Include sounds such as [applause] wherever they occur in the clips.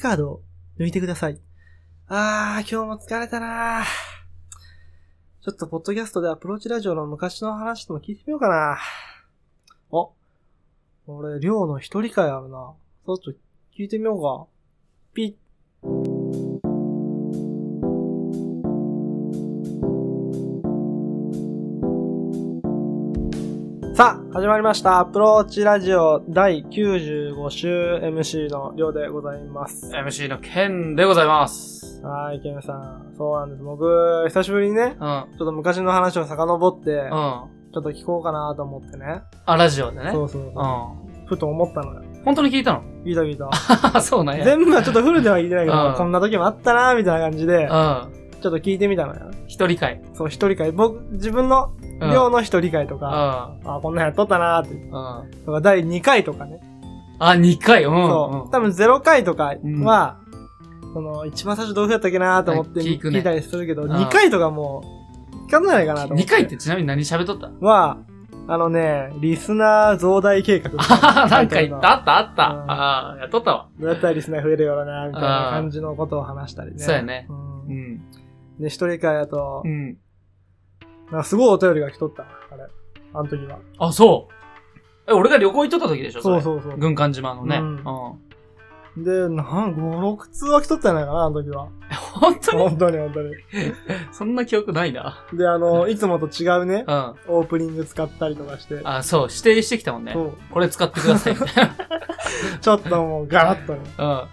カードを抜いてください。あー、今日も疲れたなーちょっと、ポッドキャストでアプローチラジオの昔の話でも聞いてみようかな。あ、俺、寮の一人会あるな。ちょっと聞いてみようか。ピッ。さあ、始まりました。アプローチラジオ第95週 MC のりょうでございます。 MC のケンでございます。はい、ケムさん。そうなんです。僕、久しぶりにね、うん。うん。ちょっと昔の話を遡って、ちあ、ょっと聞こうかなと思ってね。ラジオでね。そううそうそん。う。ふと思ったのよ。本当に聞いたの [laughs] 聞いた聞 [laughs] いた。あ、そうなんや。全部はちょっとフルでは聞いてないけうど、んこんな時もあったなみたいな感じで、うん。ちょっと聞いてみたのよ。一人会。そう、一人会。僕、自分のうん。寮の一人会とうか、ん。あ、こんなんやっとったなーって。うん。とか、第2回とかね。あ、二回。うん。そう。多分、分0回とかうんは、その、一番最初どういう風やったっけなーと思ってはい聞くね聞いたりするけど、うん2回とかもう、聞かんないかなと思って。二回ってちなみに何喋っ [laughs] とったは、あのね、リスナー増大計画。どあ [laughs] なんか言った、あった、あった。うんああ、やっとったわ。うやったらリスナー増えるような、みたいな感じのことを話したりね。そうやねん。うん。で、一人会だとう、ん。なんかすごいお便りが来とった。あれ。あの時は。あ、そう。え、俺が旅行行っとった時でしょそうう。そうそう。軍艦島のね。ううんん。本で、なん、5、6通は来とったんじゃないかな、あの時は。当に本当に本当に。そんな記憶ないな。で、あの、いつもと違うねう、ん。オープニング使ったりとかして。あ、そう。指定してきたもんねそ。う。これ使って [laughs] ください。みたいちょっともうガラッとね、なうん。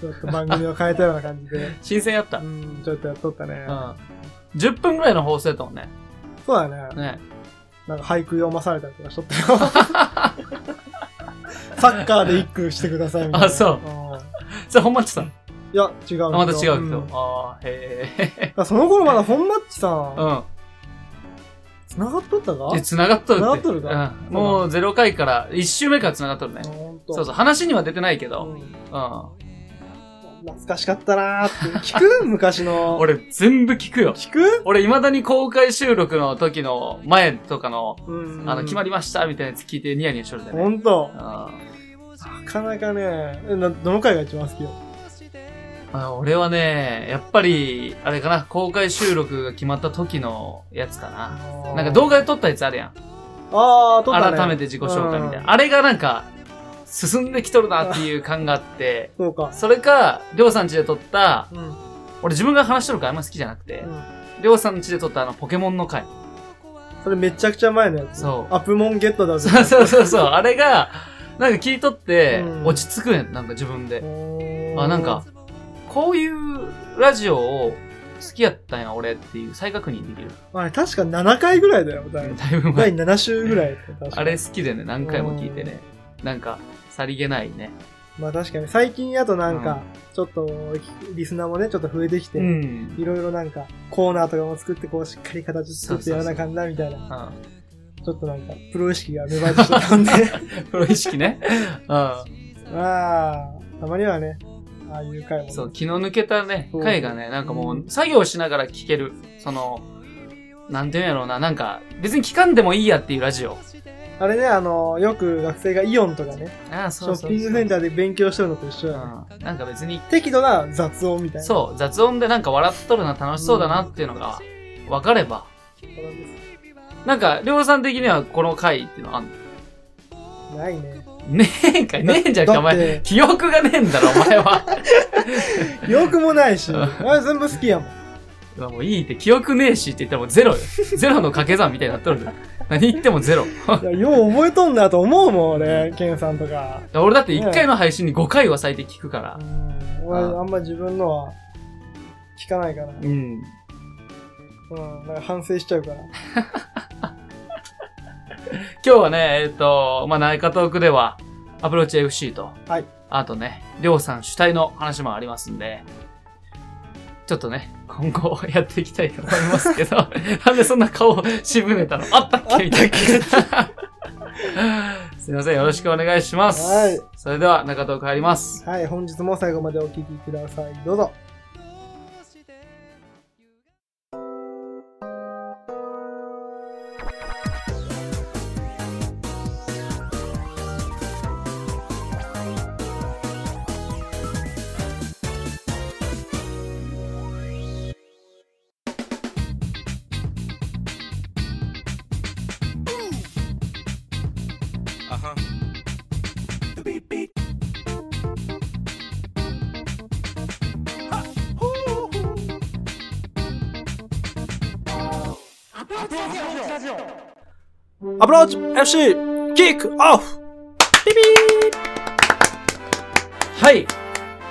ちょっと番組を変えたような感じ [laughs] で。新鮮やったう。ん、ちょっとやっとったね。うん。10分ぐらいの放送やったもんね。そうだね。ね。なんか俳句読まされたりとかしと [laughs] ったよ。サッカーで一句してくださいみたいな。あそうそれ本マッチさん。うん。いや、違う。あ、また違うんけど。ああ、へえ。あその頃まだ本マッチさ、うんん。繋がっとったか [laughs] で、繋がっとるって。繋がっとるかうん。もう0回から、1周目から繋がっとるねあ。ほんとそうそう。話には出てないけど。うんうん。懐かしかったなーって。聞く昔の。俺、全部聞くよ。聞く俺、未だに公開収録の時の前とかの、うんあの、決まり。りましたみたいなやつ聞いてニヤニヤしとるでね。ほんとう。ん。なかなかね、えなどの回が一番好きよ。あ俺はね、やっぱり、あれかな、公開収録が決まった時のやつかな。なんか動画で撮ったやつあるやん。あー、撮ったね。改めて自己紹介みたいうんな。あれがなんか、進んできとるなっていう感があって、そうか。それか、りょうさん家で撮った、うん。俺自分が話しとるからあんま好きじゃなくてう、んりょうさん家で撮ったあのポケモンの回。それめちゃくちゃ前のやつ。そう。アップモンゲットだぜ。そうそうそうそう。あれが、なんか聞いとってう、ん落ち着くやん、なんか自分で。うあ、なんか、、こういうラジオを好きやったんや、俺っていう再確認できる。あれ確か7回ぐらいだよ、だ第いぶ第前。 7週ぐらい [laughs] だった確かあれ好きでね、何回も聞いてね。なんか、さりげないね。まあ確かに、最近やとなんか、ちょっと、リスナーもね、ちょっと増えてきて、うん。いろいろなんか、コーナーとかも作って、こう、しっかり形作ってやらなあかんな、みたいな。うんちょっとなんか、プロ意識が芽生えてきたん [laughs] で、プロ意識ね。うまあ、たまにはね、ああいう回もね、ん。そう、気の抜けたねそう、回がね、なんかもうう、作業しながら聞ける。その、なんていうんやろうな、なんか、別に聞かんでもいいやっていうラジオ。あれね、あの、よく学生がイオンとかね、ああ、シそョうそッうそう。ピングセンターで勉強してるのと一緒やな。うん。なんか別に、適度な雑音みたいな。そう、雑音でなんか笑っとるな、楽しそうだなっていうのが、分かれば。なんか、りょうさん的にはこの回っていうのあんのないね。ねえんかい、ねえんじゃんか、おだっ前て。記憶がねえんだろ、お前は。 [laughs] 記憶もないし、うんあれ全部好きやもん。うわもういいって、記憶ねえしって言ったらもうゼロよ。ゼロの掛け算みたいになっとる。何言ってもゼロ。いや、よう覚えとんだと思うもん、俺、ケンさんとか。いや俺だって1回の配信に5回は最低聞くからう。ん、俺、うんあんま自分のは聞かないから。うんん。、なんか反省しちゃうから。今日はね、えっ、と、まあ、内科トークでは、アプローチ FC と、はいあとね、りょうさん主体の話もありますんで、ちょっとね、今後やっていきたいと思いますけど、なんでそんな顔渋めたのあったっけみたいな。 [laughs] すいません、よろしくお願いします。はいそれでは、中トーク入ります。はい、本日も最後までお聞きください。どうぞ。アプローチ FC キックオフピピはい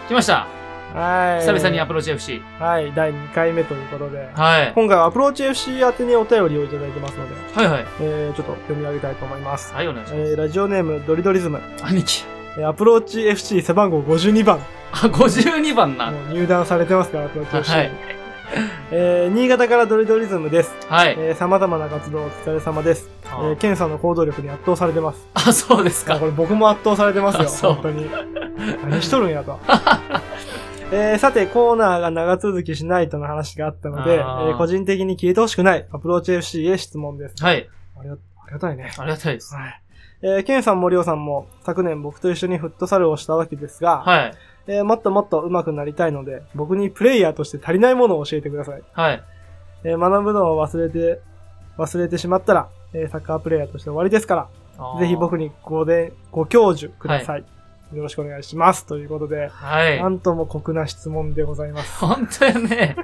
来ましたーはい。久々にアプローチ FC。はい、第2回目ということで、はい。今回はアプローチ FC 宛てにお便りをいただいてますので、はいはい。えー、ちょっと読み上げたいと思います。はい、お願いしまえー、ラジオネームドリドリズム、す。兄貴。えーアプローチ FC 背番号52番、あ、52番な。もう入団されてますから、アプローチ FC。はい [laughs] えー、新潟からドリドリズムです。はい。えー、様々な活動お疲れ様です。えあー、ケンさんの行動力に圧倒されてます。あ、そうですあかこ。れ僕も圧倒されてますあそよ、う本当に。何しとるんやと。 [laughs] えーさて、コーナーが長続きしないとの話があったので、えあーー個人的に消えてほしくないアプローチ FC へ質問です。はい。ありがありがたいね。ありがたいです。はい。えー、ケンさんもりょうさんも昨年僕と一緒にフットサルをしたわけですが、はい。えーもっともっと上手くなりたいので、僕にプレイヤーとして足りないものを教えてください。はい。えー学ぶのを忘れて、忘れてしまったら、えーサッカープレイヤーとして終わりですから、あーぜひ僕。にごでご教授ください,、よろしくお願いします。ということで、はいな。んとも酷な質問でござい [laughs] ます。本当やね。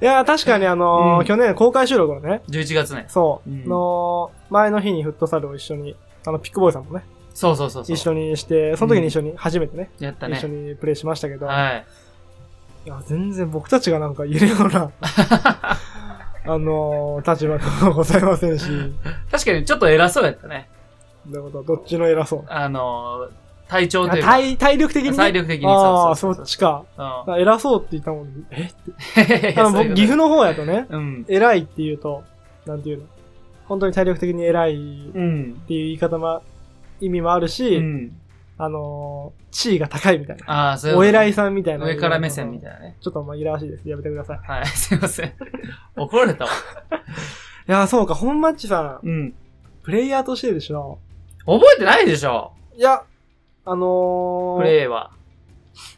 いやー、確かにあのーうん去年公開収録のね、 11月ね。そう、うんの、前の日にフットサルを一緒に、あの、ピックボーイさんもね、そうそうそうそう。一緒にして、その時に一緒に、初めてね、やった一緒ね。にプレイしましたけど、はい。いや、全然僕たちがなんか言えるよう [laughs] な、あのー立場でもございませんし、確かにちょっと偉そうやったね。なるほど、どっちの偉そう。あのー、体調というか、体体力的に、ね、体力的にああ、そそうそうそうっちか。うんあ偉そうって言ったも [laughs] ん、えい [laughs] あやのそういうこと僕、岐阜の方やとね、うん。偉いって言うと、なんていうの、本当に体力的に偉いっうん。ていう言い方も、意味もあるし、うん。あのー地位が高いみたいな。ああ、そういうこおと偉いさんみたいな。上から目線みいな。たいなね。ちょっと紛らわしいです。やめてください。いはい、 [laughs] すいません。怒られたわ。やー、そうか、本マッチさん、うん。プレイヤーとしてでしょ。覚えてないでしょいや、あのプー、いレーは。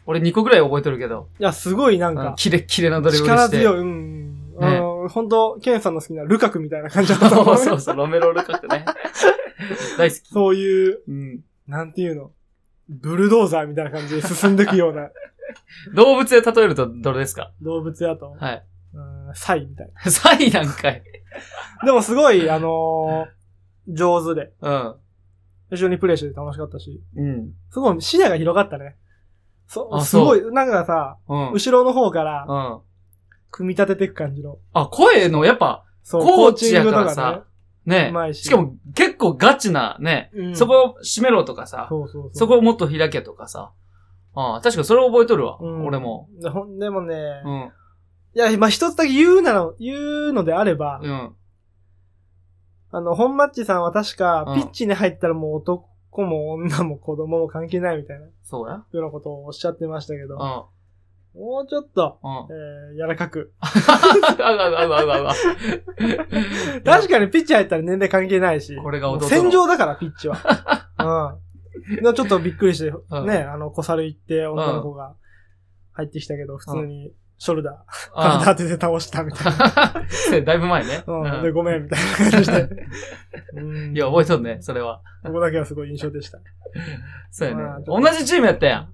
俺2個ぐらい覚えてるけど。や、すごいなんうんか、キレッキレのドリブル力して。強い、うん。あのー本当ケンさんの好きなルカクみたいな感じだったと思 [laughs] そううそうそう、ロメロールカっ [laughs] てね。大好き。そういう、うん。なんていうのブルドーザーみたいな感じで進んでいくよう [laughs] な動物で例えるとどれですか動物やと、 [laughs] はい。うんサイみたいサイなんかい。な。でもすごい、あのー上手で、うん。一緒にプレイしてて楽しかったし、うん。すごい視野が広がったね。そあすごい、なんかさ、うん。後ろの方からうん。組み立てていく感じの。あ、声の、やっぱ、そう、コーチやからさ、ねうまいししかも結構ガチなね、うんそこを締めろとかさ、そうそうそう。そこをもっと開けとかさ、ああ確かにそれを覚えとるわ、うん俺も。でほんでもね、うん。いや、まあ、一つだけ言うなの、言うのであれば、うん。あの、本マッチさんは確かう、んピッチに入ったらもう男も女も子供も関係ないみたいな。そうや。ようなことをおっしゃってましたけうど、ん。うん。もうちょっと、あえー、柔らかく。あががががが。確かにピッチ入ったら年齢関係ないし、これが弟の戦場だから、ピッチは。 [laughs] うん。でもちょっとびっくりして、んね、あの、小猿行って女の子が入ってきたけど、普通にショルダー、体あ [laughs] 当てで倒したみたいな。あだいぶ前ね。うん、うで、んごめん、みたいな感じで。うんいや、覚えとんね、それは。ここだけはすごい印象でした。そうやねまあ。ちょ同っとじチームやったやん。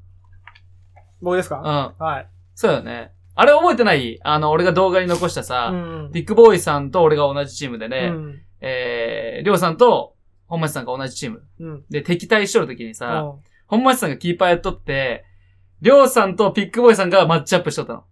僕ですうかん。はい。そうよね。あれ覚えてないあの、俺が動画に残したさ、うんビッグボーイさんと俺が同じチームでうね、ん。えー、りょうさんと本町さんが同じチーム。うん。で、敵対しとる時にさ、うん本町さんがキーパーやっとって、りょうさんとピックボーイさんがマッチアップしとったの。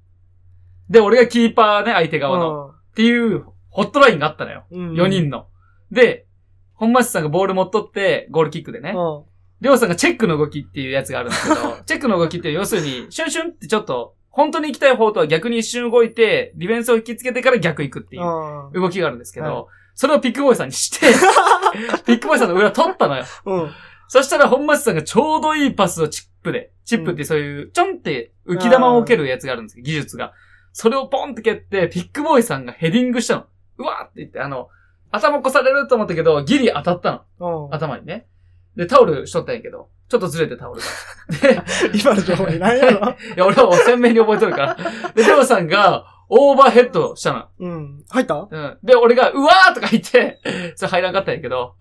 で、俺がキーパーね、相手側の。っていう、ホットラインがあったのよ。うん。 4人の。で、本町さんがボール持っとって、ゴールキックでね。の。りょうさんがチェックの動きっていうやつがあるんです [laughs] けど、チェックの動きって要するに、シュンシュンってちょっと、本当に行きたい方とは逆に一瞬動いて、ディフェンスを引きつけてから逆行くってういん。ううん。動きがあるんですけど、はいそれをピックボーイさん [laughs] にして、ピックボーイさんの裏取ったのよ。うん。そしたら本町さんがちょうどいいパスをチップで、チップってそういう、ちょんって浮き玉を受けるやつがあるんですけど、技術が。それをポンって蹴って、ピックボーイさんがヘディングしたの。うわーって言って、あの、頭越されると思ったけど、ギリ当たったの。うん。頭にね。で、タオルしとったんやけど、ちょっとずれてタオルが。今の情報いらんや [laughs] ろ。で、いや、俺は鮮明に覚えとるから。で、りょうさんが、オーバーヘッドしたの。うん。入ったうん。で、俺が、うわーとか言って、それ入らんかったんやけど、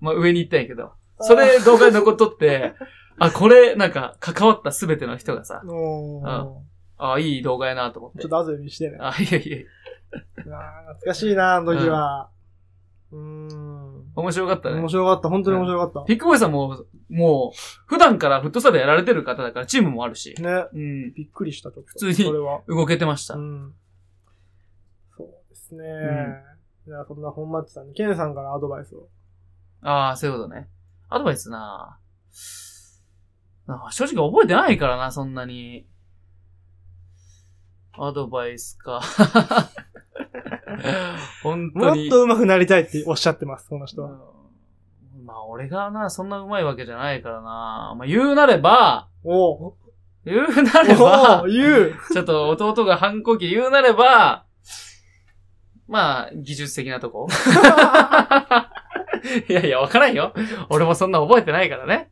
まあ上に行ったんやけど、それ動画に残っとって、あ、これ、なんか、関わったすべての人がさ、おーあいい動画やなと思っちてょっ。と後で見してね。あ、いえいえ。いやー懐かしいな、あの時は。うーん。面白かったね面。白かった、本当に面白かっ。。ピックボーイさんも、もう、普段からフットサルやられてる方だからチームもあるしたね。うん。びっくりした、ちょっと。普通にそれは。動けてました。うん。そうですね。じゃあ、そんな本町さんに、ケンさんからアドバイスを。ああ、そういうことね。アドバイスなああ正直覚えてないからな、そんなに。アドバイスか。 [laughs] 本も当っに。と上手くなりたいっておっしゃってます、この人は。うんまあ、俺がな、そんなうまいわけじゃないからな。まあ、言うなれば、おう言うな [laughs] れおばう、言うちょっと弟が反抗期言うなれば、まあ、技術的なとこ [laughs] いやいや、わからんよ。俺もそんな覚えてないからね。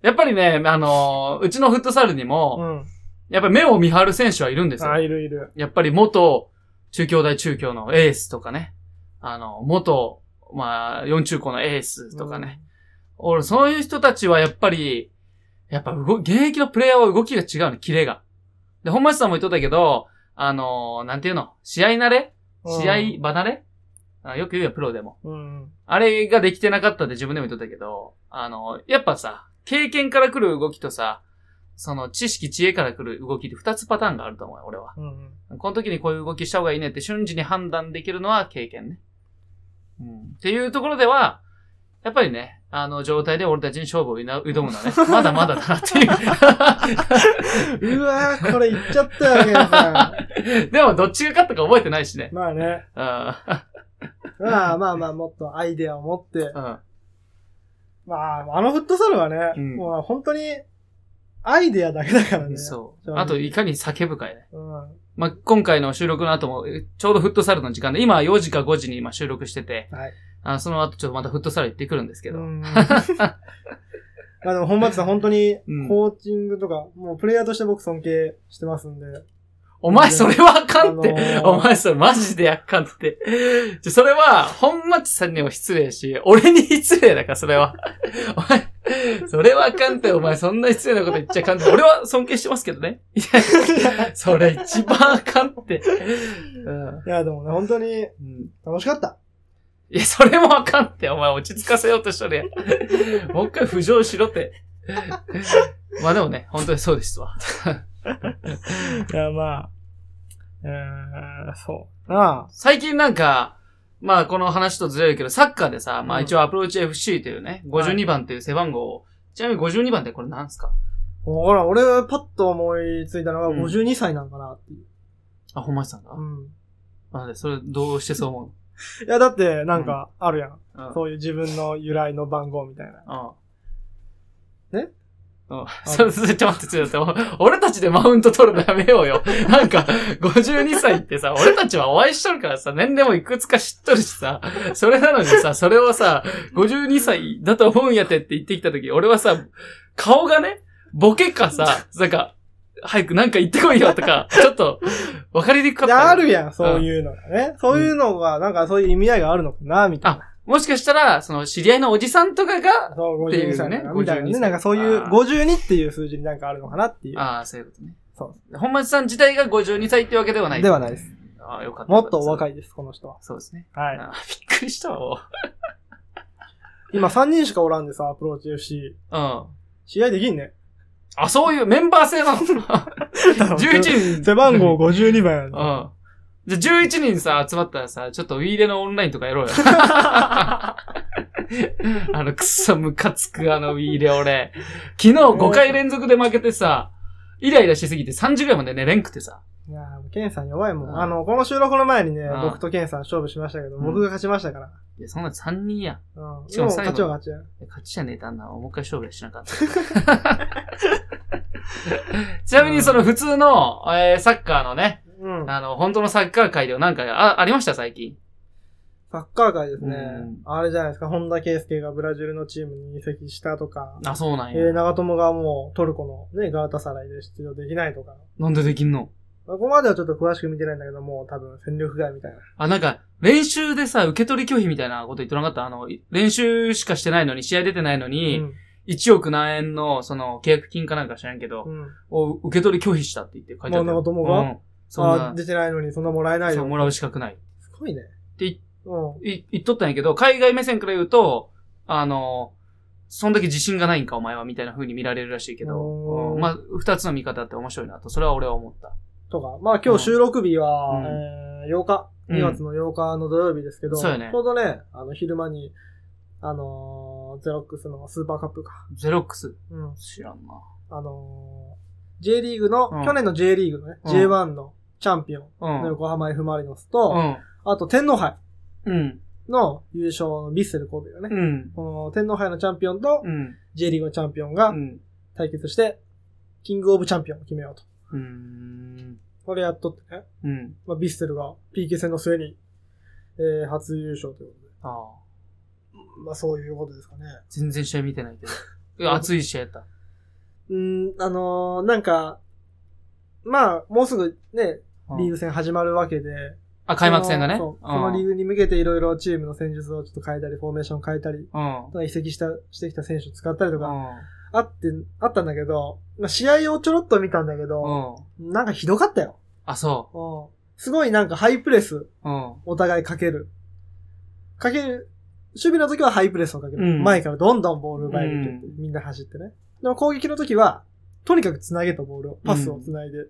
やっぱりね、あのーうちのフットサルにうも、ん。やっぱり目を見張る選手はいるんですよあ、。いるいる。やっぱり元、中京大中京のエースとかね。あの、元、まあ、四中高のエースとかね。俺、そういう人たちはやっぱり、やっぱ動、現役のプレイヤーは動きが違うの、キレが。で、本町さんも言っとったけど、あのーなんていうの試合慣れうん。試合離れあよく言うよ、プロでも。うん。あれができてなかったって自分でも言っとったけど、あのーやっぱさ、経験から来る動きとさ、その知識、知恵から来る動きって二つパターンがあると思うよ、俺は。うん。この時にこういう動きした方がいいねって瞬時に判断できるのは経験ね。うん。っていうところでは、やっぱりね、あの状態で俺たちに勝負をいな挑むのは [laughs] ね、まだまだだなってうわーこれ言っちゃったよ、ケンさいう。 [laughs] でもどっちが勝ったか覚えてないしねん。。まあね。うん。まあまあまあ、もっとアイデアを持って。うん。まあ、あのフットサルはね、うんもう本当に、アイデアだけだからね。そう。あと、いかに叫ぶかやね。う。うん。まあ、今回の収録の後も、えちょうどフットサルの時間で、今4時か5時に今収録してて、はいあのその後ちょっとまたフットサル行ってくるんですけ [laughs] ど、うんまあでも本町さん本当にうんコーチングとか、もうプレイヤーとして僕尊敬してます [laughs] んで。お前それはあかんって、あのーお前それマジであかんって。じゃそれは、本町さんにも失礼やし、俺に失礼だから、それは。 [laughs] お前、それはあかんって、お前そんな失礼なこと言っちゃあかんって。俺は尊敬してますけどね。いや、それ一番あかんって。 [laughs] うんいやでもね、本当にうん楽しかった。いや、それもあかんって、お前落ち着かせようとしとるや [laughs] ん。もう一回浮上しろって。まあでもね、本当にそうですわ。いやまあ、えー、そう。なあ。最近なんか、まあこの話とずれるけど、サッカーでさ、まあうん一応アプローチ FC というね、52番という背番号を、ちなみに52番ってこれ何すかほら、俺はパッと思いついたのがうん52歳なんかなっていう。あ、本町さんが、うん。なんで、それどうしてそう思いやだってなんかあるやん。うのうん。そういう自分の由来の番号みたいな。うん。ねうん。 [laughs] それ、それちょっと待って、ちょっと待って、俺たちでマウント取るのやめよ [laughs] うよ。なんか、52歳ってさ、俺たちはお会いしとるからさ、年齢もいくつか知っとるしさ、それなのにさ、それをさ、52歳だと思うんやてって言ってきたとき、俺はさ、顔がね、ボケかさ、なんか、早くなんか言ってこいよとか、ちょっと、わかりにくかっいたよ。や、あるやん、そういうのがね。そういうのが、なんかそういう意味合いがあるのかな、みたいな。もしかしたら、その、知り合いのおじさんとかが、そう、っていう52歳ねみたいな52ね。歳なんかそういう、あー52っていう数字になんかあるのかなっていう。ああ、そういうことね。。そう本町さん自体が52歳ってわけではない。ではないです。ああ、よかった。もっとおい。若いです、この人は。そうですね。はあい。あびっくりしたわ。今3人しかおらんでさ、アプローチ FC。うん。試合できん [laughs] ね。あ、そういうメンバー制なの ?11 人。背番号52番やうん。ね。じゃあ11人さ、集まったらさ、ちょっとウィーレのオンラインとかやろうよ。 [laughs] あの、くっそムカつくあのウィーレ俺。昨日5回連続で負けてさ、イライラしすぎて3時ぐらいまで寝れんくてさ。いやーもうケンさん弱いも。うんんあの、この収録の前にねうん、僕とケンさん勝負しましたけど、うん僕が勝ちましたから。いや、そんな3人やん。うん。もうしかも最後勝ちは勝ちや。勝ちじゃねえとあんな、もう一回勝負しなかった。 [laughs] ちなみにその普通の、えーサッカーのね、うん。あの、本当のサッカー界ではなんか、あ、ありました最近。サッカー界ですねうん。あれじゃないですか、本田圭佑がブラジルのチームに移籍したとか、あ、そうなんえや。ー長友がもうトルコのね、ガラタサライで出場できないとか。なんでできんのここまではちょっと詳しく見てないんだけど、もう多分戦力外みたいな。あ、なんか、練習でさ、受け取り拒否みたいなこと言ってなかったあの、い練習しかしてないのに、試合出てないのに、うん1億何円の、その、契約金かなんか知らんけど、うん。を受け取り拒否したって言って書いてあったよ。もう長友がうんそんあな、出てないのにそんなもらえないそう、よ。もらう資格ない。ごいね。ていうん。い言っとったんやけど、海外目線から言うと、あの、そんだけ自信がないんか、お前は、みたいな風に見られるらしいけど、おーうんまあ、二つの見方って面白いなと、それは俺は思った。とか、まあ今日収録日は、うんえー8日、うん2月の8日の土曜日ですけど、そうやねちょうどね、あの、昼間に、あのーゼロックスのスーパーカップか。ゼロックス、うん。知らんな。あのー J リーグの、うん去年の J リーグのね、うん J1 のチャンピオンうんの。横浜 F ・マリノスと、うん。あと天皇杯うん。の優勝のヴィッセル神戸がね、うん。この天皇杯のチャンピオンとうん J リーグのチャンピオンがうん。対決して、キングオブチャンピオンを決めようと。うん。これやっとってね、うん。まあ、ヴィッセルが PK 戦の末に、えー、初優勝ということで。ああ。まあそういうことですかね。全然試合見てない [laughs] けど。いや熱い試合やった。うん、あのーなんか、まあ、もうすぐね、うんリーグ戦始まるわけで。あ、開幕戦がね。そのそううこのリーんグに向けていろいろチームの戦術をちょっと変えたり、フォーメーション変えたり、うん。移籍した、してきた選手を使ったりとうか、ん。あって、あったんだけど、まあ試合をちょろっと見たんだけど、うん。なんかひどかったよ。あ、そうんすごいなんかハイプレス、う。うん。お互いかける。かける、守備の時はハイプレスをかける。うん前からどんどんボールを奪いに行って、うみんな走ってね。でも攻撃の時は、とにかく繋げたボールを、パスを繋いで。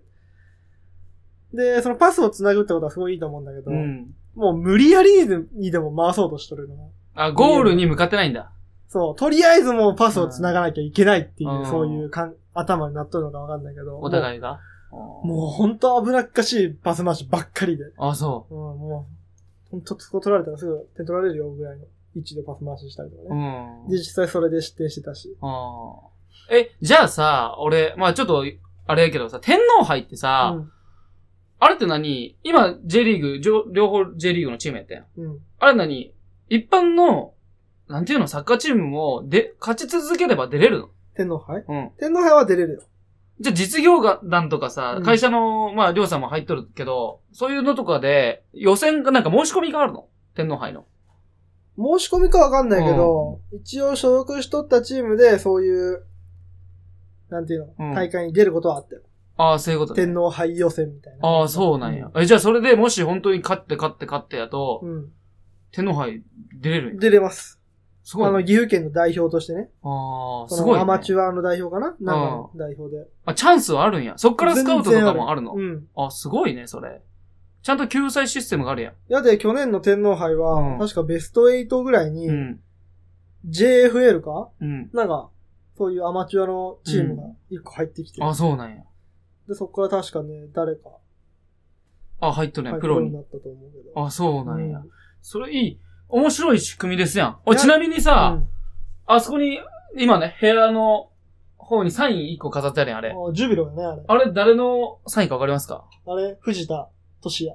で、そのパスを繋ぐってことはすごいいいと思うんだけど、うん。もう無理やりにでも回そうとしとるのが。あ、ゴールに向かってないんだ。そう、とりあえずもうパスを繋がなきゃいけないっていう、うんそういうかん頭になっとるのかわかんないけど。おい。互いが。もうほんと危なっかしいパス回しばっかりで。あ、そうん、もう、ほんとそこ取られたらすぐ点取られるよぐらいの位置でパス回ししたりとう。うかね。ん。で、実際それで失点してたし。あーえ、じゃあさ、俺、まあちょっと、あれやけどさ、天皇杯ってさ、うんあれって何今、J リーグ、じょ両方 J リーグのチームやったやん。うん。あれ何一般の、なんていうの、サッカーチームも、で、勝ち続ければ出れるの天皇杯うん。天皇杯は出れるよ。じゃあ実業団とかさう、ん会社の、まあ、りょうさんも入っとるけど、そういうのとかで、予選がなんか申し込みがあるの天皇杯の。申し込みかわかんないけど、一応所属しとったチームでそういう、なんていううの、ん大会に出ることはあったよ。ああ、そういうことね。天皇杯予選みたいな。ああ、そうなんや。え、じゃあそれでもし本当に勝って勝って勝ってやと、うん。天皇杯出れるんや。出れます。すごあいの、ね。岐阜県の代表としてね。ああ、すそごいのね。アマチュアの代表かな長野の代表で。あ、チャンスはあるんや。そっからスカウトとかもあるの。うん。あ、すごいね、それ。ちゃんと救済システムがあるやん。やで、去年の天皇杯うは、ん確かベスト8ぐらいにう、ん。 JFL かうん。なんか、そういうアマチュアのチームが一個入ってきて、あ、そうなんや。で、そこから確かね、誰か、あ、入っとるやはいん、プロににな。ったと思うけど。あ、そうなんや。うんそれいい。面白い仕組みですやん。おいやちなみにうさ、んあそこに、今ね、部屋の方にサイン1個飾ってあるやん、あれ。あジュビロだね、あれ。あれ、誰のサインかわかりますかあれ、藤田俊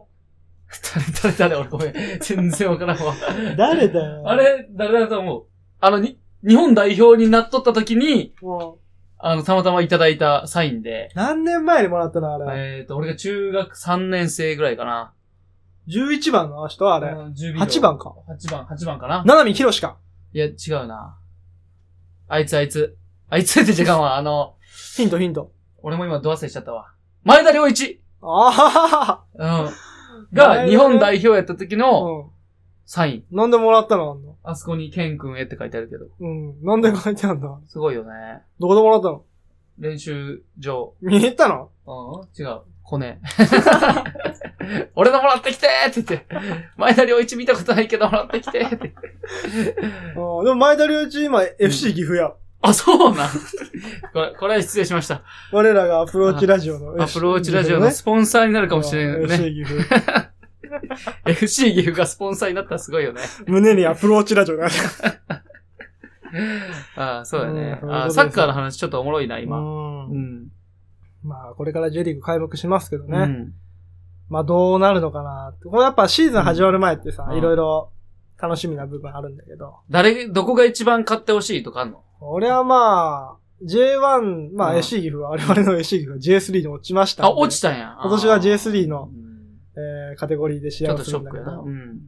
誰、誰、誰、俺ごめん。全然わからんわ。也。誰だよ。 [laughs] あれ、誰だと思うあの、に、日本代表になっとった時に、もあの、たまたまいただいたサインでう、、何年前にもらったの、あれ。えっ、と、俺が中学3年生ぐらいかな。 11番の人はああれ。 8 8番。か。 8番、8番かな。七海博士か。いや、違うな。あいつ、あいつ。あいつって時間は、あの、ヒントヒント。俺も今ド忘れしちゃったわ。前田良一あははは。うん。前田が、ね日本代表やった時うのサイン。ん。なんでもらったのあんのあそこに、ケン君へって書いてあるけど。うん。なんで書いてあんだすごいよね。どこでもらったの練習場。見に行ったのうん違う。コネ。 [laughs] 俺のもらってきてーって言って。前田良一見たことないけどもらってきてーって。うん。でも前田良一今 FC 岐阜や。あ、そうなんこれ、これは失礼しました。我らがアプローチラジオの FC アプローチラジオのスポンサーになるかもしれないね。 FC 岐阜 FC 岐阜がスポンサーになったらすごいよね。胸にアプローチラジオがある。ああ、そうだね。うんそういあうことであすサッカーの話ちょっとおもろいな、今。ううんん。まあ、これから J リーグ開幕しますけどうね。ん。まあ、どうなるのかなって。これやっぱシーズン始まる前ってさ、うんいろいろ楽しみな部分あるんだけど。誰、どこが一番買ってほしいとかあんの俺はまあ、J1、まうあん FC 岐阜は、我々の FC 岐阜は J3 に落ちましたんあ、で。落ちたんや。今年は J3 のうんえー、カテゴリーで試ちょ合っをとすシるョんッだクけやな。どう。ん。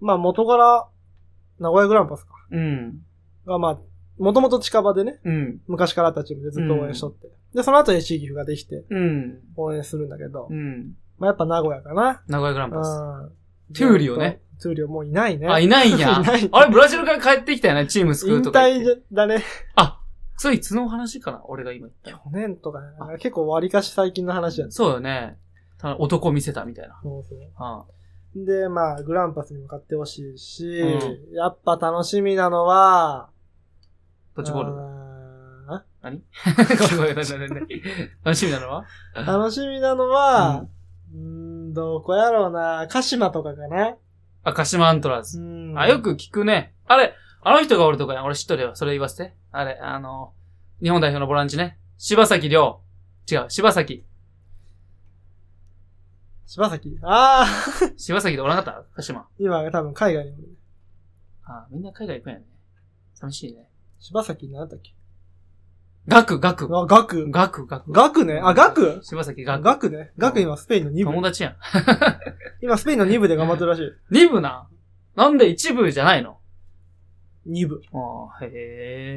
まあ、元から、名古屋グランパスか。うん。がまあ、もともと近場でね、うん。昔からあったチームでずっと応援しとって。で、その後 FC 岐阜ができてうん。応援するんだけど、うん。まあやっぱ名古屋かな。名古屋グランパス。うん。トゥーリオね。トゥーリオもういないね。あ、いないんや [laughs] いない。あれ、ブラジルから帰ってきたよね、チーム救引うとか言って。退だね。あ、それいつの話かな俺が今言っ去年とかね、結構割かし最近の話やた。ねそうよね。ただ男見せたみたいな。そうそうあで、まあ、グランパスに向かってほしいし、うやっぱ楽しみなのは、ドッジボール。あー何 [laughs] ごめんごめんごめんごめん楽しみなのは楽しみなのは、うーん、どこやろうな、鹿島とかかな。あ、鹿島アントラーうズ。んあ、よ。く聞くね。あれ、あの人がおるとかや俺知っとるよ。それ言わせて。あれ、あの、日本代表のボランチね。柴崎亮。違う、柴崎。柴崎。ああ、柴崎でおらんかった鹿島。今多分海外にもいる。あ、みんな海外行くんやね。寂しいね。柴崎なんだっけガク、ガク。あ、ガク。ガク、ガク。ガクね。あ、ガク柴崎、ガク。ガクね。ガク今スペインの2部。友達やん。今スペインの2部で頑張ってるらしい。二部な。なんで一部じゃないの2部。ああ、へ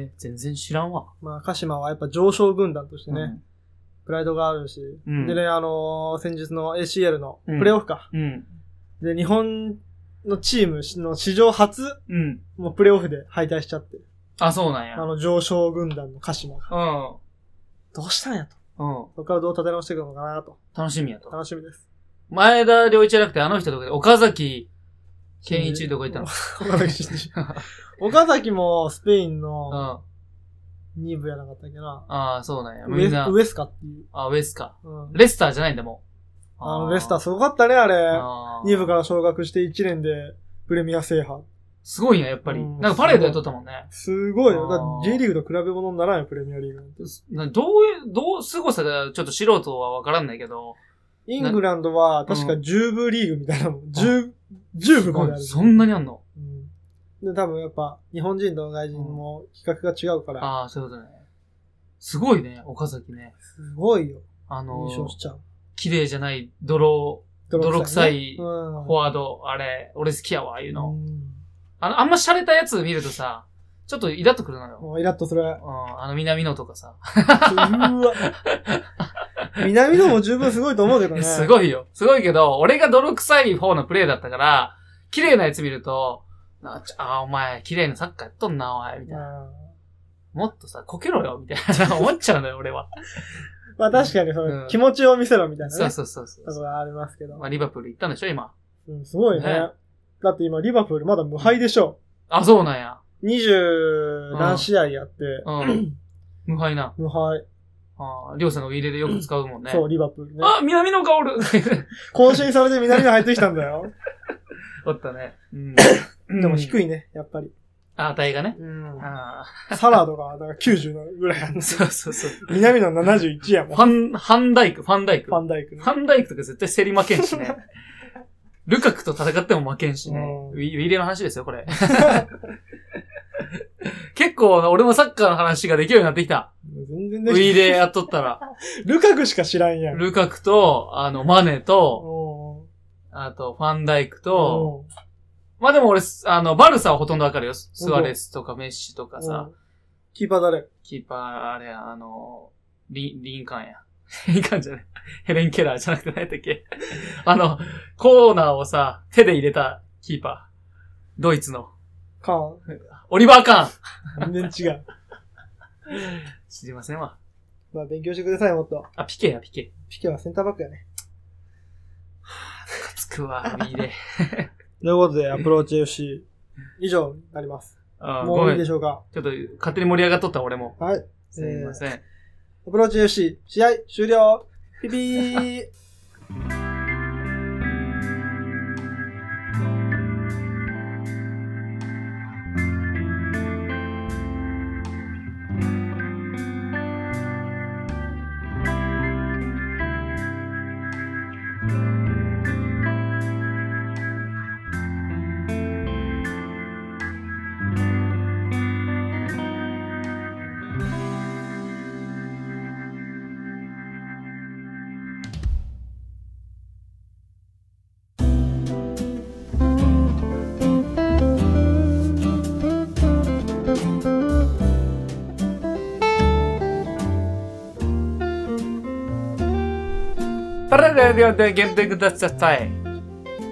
え、全然知らんわ。まあ、鹿島はやっぱ上昇軍団としてね、プライドがあるし。うんでね、あのー先日の ACL のうんプレイオフか。うん。うで、ん。日本のチームの史上初、うん。もうプレイオフで敗退しちゃって。あ、そうなんや。あの、上昇軍団の鹿島が。うどうしたんやと。ん。うん。そこからどう立て直していくのかなと。楽しみやと。楽しみ [laughs] です。前田良一じゃなくて、あの人どこで、岡崎健一どこ行ったの岡崎慎一岡崎もスペイン [laughs] うのん。 2部やなかったっけな。ああ、そうなんや。ウエみんスな、ウエスカっていう。あ、ウエスか。うんレスターじゃないんだもん。あの、レスターーすごかったね、あれ。あー2部から昇格して1年でプレミア制覇。すごいんや、やっぱり。うんなんかパレードやっとったもんね。すごいよ。あだーって J リーグと比べ物にならんよ、プレミアリーグなんて。などういう、どう、凄さがちょっと素人はわからんないけど。イングランドは確かう10部リーグみたいなもん。10、10部まである。そんなにあんのうんで、多分やっぱ、日本人と外人も比較が違うから、ああ、そういうことね。すごいね、岡崎ね。すごいよ、あ優のー、勝しちゃう。綺麗じゃない泥、泥臭いフフォォワード、あれ、俺好きやわ、ああいうの。うんあの、あんま洒落たやつ見るとさ、ちょっとイラっとくるのよ。もうイラッとする。ううん、あの、南野とかさ。ー [laughs] わ。南野も十分すごいと思うけどね。 [laughs] すい。ごいよ。すごいけど、俺が泥臭い方のプレーだったから、綺麗なやつ見ると、なちょあー、お前、綺麗なサッカーやっとんな、お前、みたいな。もっとさ、こけろよ、みたいな、思 [laughs] っちゃうのよ、俺は。まあ確かにそう、うん気持ちを見せろみたいなね。そうそうそうそとこう。ろはありますけどま。あ、リバプール行ったんでしょ、今。うん、すごいねねだって今、リバプールまだ無敗でしょ。あ、そうなんや。二十何試合やって、 [clears throat] うん。無敗な。無敗。ああ、りょうさんの入れでよく使うもんね。そう、リバプールね。あ、南野がおる [laughs] 更新されて南野入ってきたんだよ。おったね。 [laughs] うん。でも低い。いね、やっぱり。あ、値がね。うんあサラードが、だから90のぐらいあるんあ、ですそうそうそう。南野71やフもん。ファン、ファンダイク、ファンダイク。ァンダイクねフ。ァンダイクとか絶対競り負けんしね。ルカクと戦っても負けんしね。うんウィウィレの話ですよ、これ。 [laughs] 結構、俺もサッカーの話ができるようになってきた。全然ウできィレやっとったら。ルカクしか知らんやん。ルカクと、あの、マネと、おあと、ファンダイクーと、まあでも俺、あの、バルサはほとんどわかるよ。ススアレスとかメッシとかさ、うんキーパー誰キーパー、あれ、あの、リン、リンカンや。リンカンじゃない。ヘレン・ケラーじゃなくて何やったっけあの、コーナーをさ、手で入れたキーパー。ドイツの。カーン。オリバー・カーン全然違 [laughs] う。知りませんわ。まあ勉強してください、もっと。あ、ピケや、ピケ。ピケはセンターバックやね。つくわ、ミーで。ということで、アプローチ FC、以上になります。あもごうめいいん。でちしょょうか。っと、勝手に盛り上がっとった、俺も。はい。すみません。アプローチ FC、試合終了ピピー [laughs] パラレルで限定ください。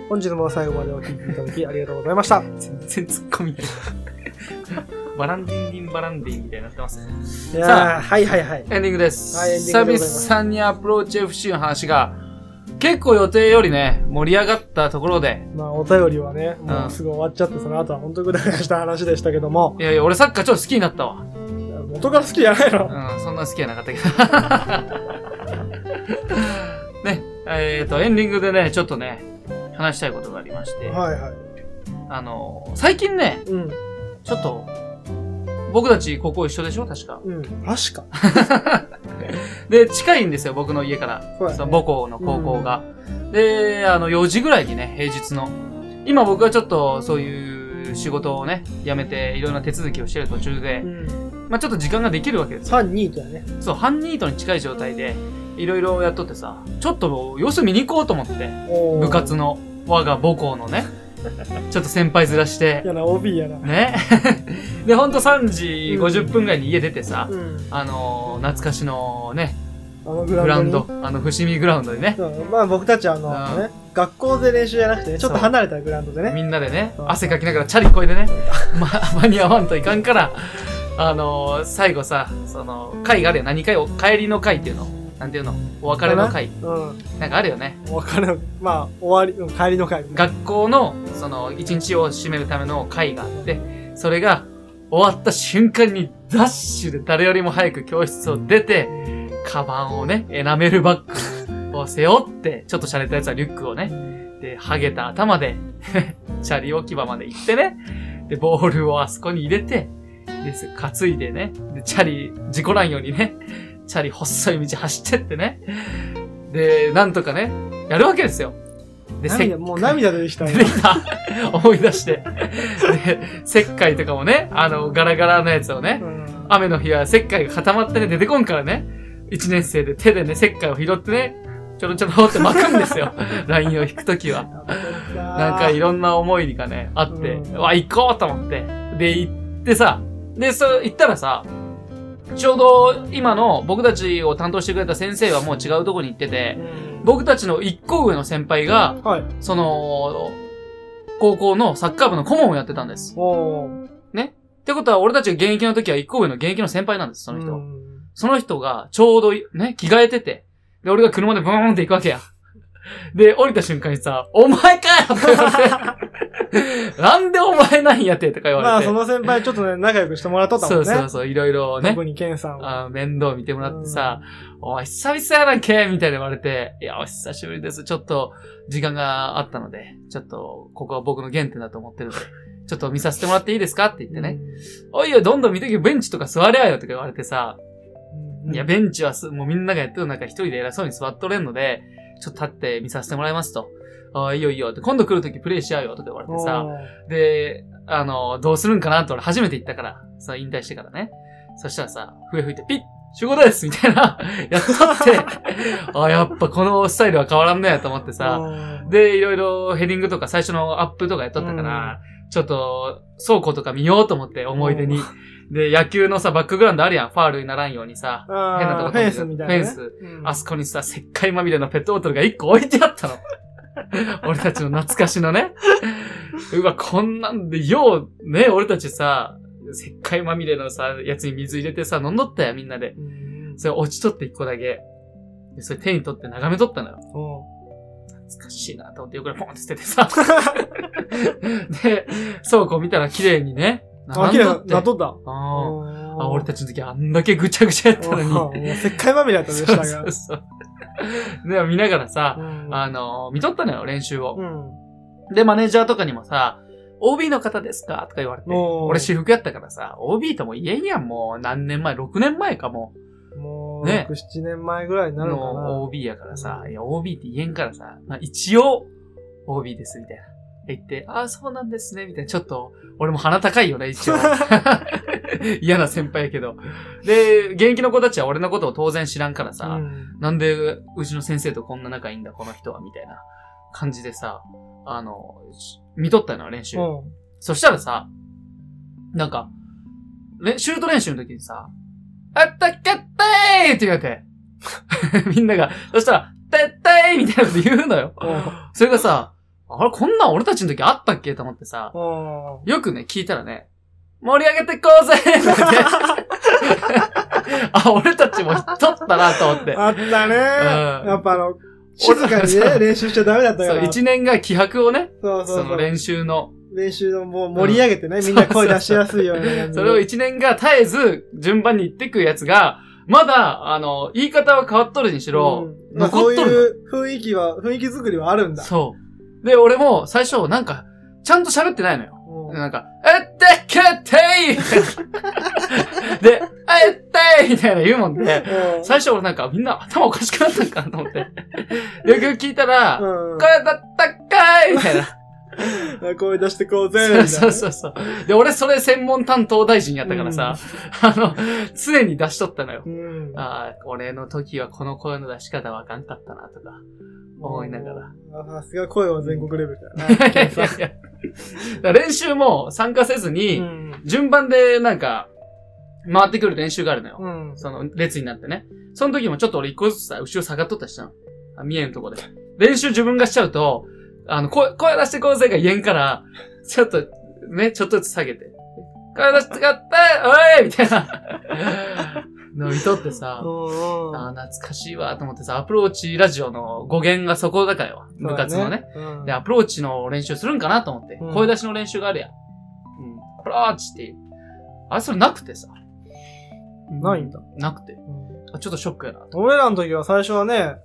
本日も最後までお聞きいただきありがとうございました。全然ツッコミないバランディンディンバランディンみたいになってますいやさーはいはいはい。エンディングです。はいエンディン久グでございます々にアプローチ FC の話が、結構予定よりね、盛り上がったところで、まあ、お便りはね、もううんすぐ終わっちゃって、その後は本当にぐだぐだした話でしたけども、いやいや、俺サッカーちょっと好きになったわ。元から好きじゃないの。うん、そんな好きじゃなかったけど。 [laughs] ね、えっ、と、エンディングでね、ちょっとね、話したいことがありまして、はいはい。あの、最近ね、うん、ちょっと、僕たちここ一緒でしょ確か。うん。確か。で、近いんですよ、僕の家から。そうそやのね母校の高校が。で、あの、4時ぐらいにね、平日の。今僕はちょっとそういう仕事をね、辞めていろんな手続きをしてる途中でう、ん。まあちょっと時間ができるわけですよ。 3、2とやね。そう、ハンニートに近い状態で、いろいろやっとってさ、ちょっと様子見に行こうと思って、おー部活の、我が母 [laughs] 校のね、ちょっと先輩ずらして、やな、OB やな。ね。 [laughs] で、ほんと3時50分ぐらいに家出てさ、うん。あのー懐かしのね、あのググララウウンンドドに。、あの伏見グラウンドでね、うんまあ僕たちあの、うんね、学校で練習じゃなくてね、ちょっとそう離れたグラウンドでね。みんなでねうん汗かきながらチャリこいでね、 [laughs] ま、間に合わんといかんからあのー最後さその会があるよ何会を帰りの会っていうのなんていうのお別れの会うん。なんかあるよねお別れの、まあ終わり、うん帰りの会。学校のその一日を締めるための会があってそれが終わった瞬間にダッシュで誰よりも早く教室を出てカバンをねエナメルバッグを背負ってちょっと洒落たやつはリュックをねでハゲた頭で [laughs] チャリ置き場まで行ってねでボールをあそこに入れてです担いでねでチャリ事故らんようにねチャリ細い道走ってってねでなんとかねやるわけですよでせっ涙、もう涙出てきたよ [laughs] 出てきた思い出して。で、石灰とかもね、あの、ガラガラのやつをねう、ん雨の日は石灰が固まってね、出てこんからね、一年生で手でね、石灰を拾ってね、ちょろちょろって巻くんで [laughs] すよ。ラインを引くときは。なんかいろんな思いがね、あって、うんうわ、行こうと思って。で、行ってさ、で、そう、行ったらさ、ちょうど今の僕たちを担当してくれた先生はもう違うとこに行ってて、僕たちの一個上の先輩が、はい。その、高校のサッカー部の顧問をやってたんです。おー。ってことは、俺たちが現役の時は一個上の現役の先輩なんです、その人。うんその人が、ちょうどい、ね、着替えてて。で、俺が車でブーンって行くわけや。で、降りた瞬間にさ、お前かよって言われ [laughs] て。なんでお前なんやってとか言まわあれて。その先輩ちょっとね、仲良くしてもらっとったもんそうね。そうそう、いろいろね特。にケンさんは。あ面倒見てもらってさ、お前久々やなけみたいに言われて、いや、お久しぶりです。ちょっと、時間があったので、ちょっと、ここは僕の原点だと思ってるので、ちょっと見させてもらっていいですかって言ってね。おいよ、どんどん見てけよ、ベンチとか座れやよとか言われてさ、うん。いや、ベンチはす、もうみんながやってる中一人で偉そうに座っとれんので、ちょっと立って見させてもらいますと。あいいよいいよって、今度来るときプレイし合うよとか言われてさ、で、あの、どうするんかなと俺初めて言ったから、その引退してからね。そしたらさ、笛吹いてピッ集合ですみたいな、 [laughs] やったって、あ、やっぱこのスタイルは変わらんねやと思ってさ、さ、で、いろいろヘディングとか最初のアップとかやっとったから、ちょっと倉庫とか見ようと思って思い出に。で、野球のさ、バックグラウンドあるやん、ファールにならんようにさ、変変なとこフェンスみたいなね。フェンスうんあそこにさ、石灰まみれのペットボトルが一個置いてあった [laughs] の。俺たちの懐かしのね。うわ、こんなんで、よう、ね、俺たちさ、石灰まみれのさ、やつに水入れてさ、飲んどったよ、みんなで。うんそれ落ちとって一個だけ。でそれ手に取って眺めとったのよ。おう懐かしいなと思って横にポンって捨て [laughs] てさ。で、倉庫見たら綺麗にね、あ、綺並んどっ麗て。なっとった。あーあ、あ俺たちの時あんだけぐちゃぐちゃやったのに。に。石灰まみれだったね、そう下そうそう。で、見ながらさ、が。あの、見とったのよ、練習をう。ん。で、マネージャーとかにもさ、OB の方ですかとか言われて。もう、俺私服やったからさ、OB とも言えんやん、もう何年前 ?6 年前かも。もう、ね6、7年前ぐらいになるのかのな。 OB やからさ、いや、OB って言えんからさ、まあ、一応、OB です、みたいな。言って、ああ、そうなんですね、みたいな。ちょっと、俺も鼻高いよね、一応。 [laughs] 嫌な先輩やけど。で、現役の子たちは俺のことを当然知らんからさ、うんなんでうちの先生とこんな仲いいんだ、この人は、みたいな感じでさ、あの、し見とったのよ、練習。うんそしたらさ、なんか、れシュート練習の時にさ、あったっけったーいって言わ [laughs] れて、みんなが、そしたら、たったーいみたいなこと言うのよ。うんそれがさ、あれ、こんなん俺たちの時あったっけと思ってさ、うん。よくね、聞いたらね、盛り上げてこうぜって。 [laughs] あ、俺たちも撮ったなと思って。あったね、うんやっぱあの、静かに [laughs] そうね、練習しちゃダメだったかそう、ら。一年が気迫をね、そうそうそそのう。練習の、練習のもう盛り上げてね、みんな声出しやすいような感じでそれを一年が絶えず順番に言ってくやつが、まだ、あの、言い方は変わっとるにしろ、うんまあ、そ残っうといるう雰囲気は、雰囲気作りはあるんだ。そう。で、俺も最初、なんか、ちゃんと喋ってないのよ。うんなんか、えってけってい [laughs] で、えっていみたいな言うもんで、うん最初俺なんかみんな頭おかしくなったんかなと思って。よくよく聞いたら、こうんれだったっかいみたいな。声出してこうぜ、みたいそうな。そうそうそう。で、俺それ専門担当大臣やったからさ、あの、常に出しとったのよ。うん。ああ、俺の時はこの声の出し方わかんかったなとか、 [laughs] 思いながら。あさすが声は全国レベル [laughs] いやいだやいやだから練習も参加せずに、な。順番でなんか、回ってくる練習があるのよ。うん。その列になってね。その時もちょっと俺一個ずつさ、後ろ下がっとったりしたの。あ見えんとこで。練習自分がしちゃうと、あの、声、声出してこうぜが言えんから、ちょっと、ね、ちょっとずつ下げて。声出してかったおいみたいな。 [laughs] の見とってさ、うん。あー懐かしいわと思ってさ、アプローチラジオの語源がそこだからよ。部活のね。うん。で、アプローチの練習するんかなと思って、うん声出しの練習があるやん。うん。アプローチって。あれ、それなくてさ。ないんだ。なくて。うんあ、ちょっとショックやなと。俺らの時は最初はね、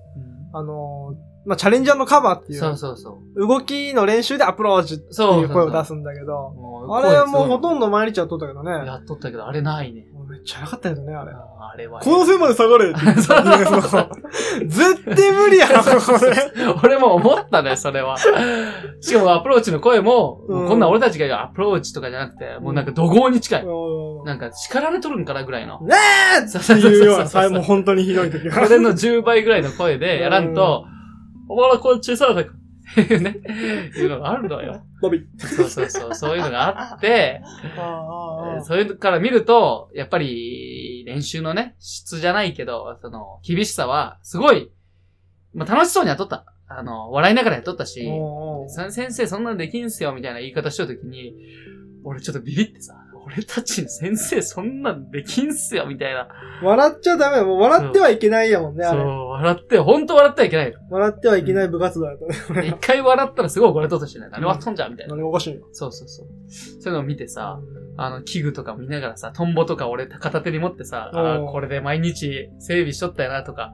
あのー、まあ、チャレンジャーのカバーっていそうう、そうそう。動きの練習でアプローチってそういう声を出す。すんだけど、もあれはもうほんとんど毎日やっとったけどね。やっとったけど、あれないね。もうめっちゃ良かったけどね、あれ。あーあれは。この線まで下がれって言ってた絶対無理やろ、こ [laughs] れ。 [laughs] 俺も思ったね、それは。しかもアプローチの声も、うんもうこんなん俺たちが言うアプローチとかじゃなくて、もうなんか怒号に近い。うんなんか叱られとるんかなぐらいの。ねえそうってそうそういうようそうな、さもう本当にひどい時そは。れの10倍ぐらいの声でやらんと、お前らこっちさ、とか、っていう [laughs] ね、いうのがあるのよ。ボビー。そうそうそう、そういうのがあって、 [laughs] あそういうのから見ると、やっぱり練習のね、質じゃないけど、その、厳しさは、すごい、まあ、楽しそうにやっとった。あの、笑いながらやっとったし、さ先生そんなのできんすよ、みたいな言い方しとるときに、俺ちょっとビビってさ、俺たちの先生そんなのできんすよ、みたいな。笑っちゃダメよ。もう笑ってはいけないやもんね、あそう、れ。笑って、本当笑ってはいけないよ。笑ってはいけない部活動だとね。[laughs] [laughs] 一回笑ったらすごい怒られとったしね、何笑っとんじゃんみたいな。何がおかしいのそうそうそう。そういうのを見て [laughs] さ、あの、器具とか見ながらさ、トンボとか俺片手に持ってさ、あおーうこれで毎日整備しとったよなとか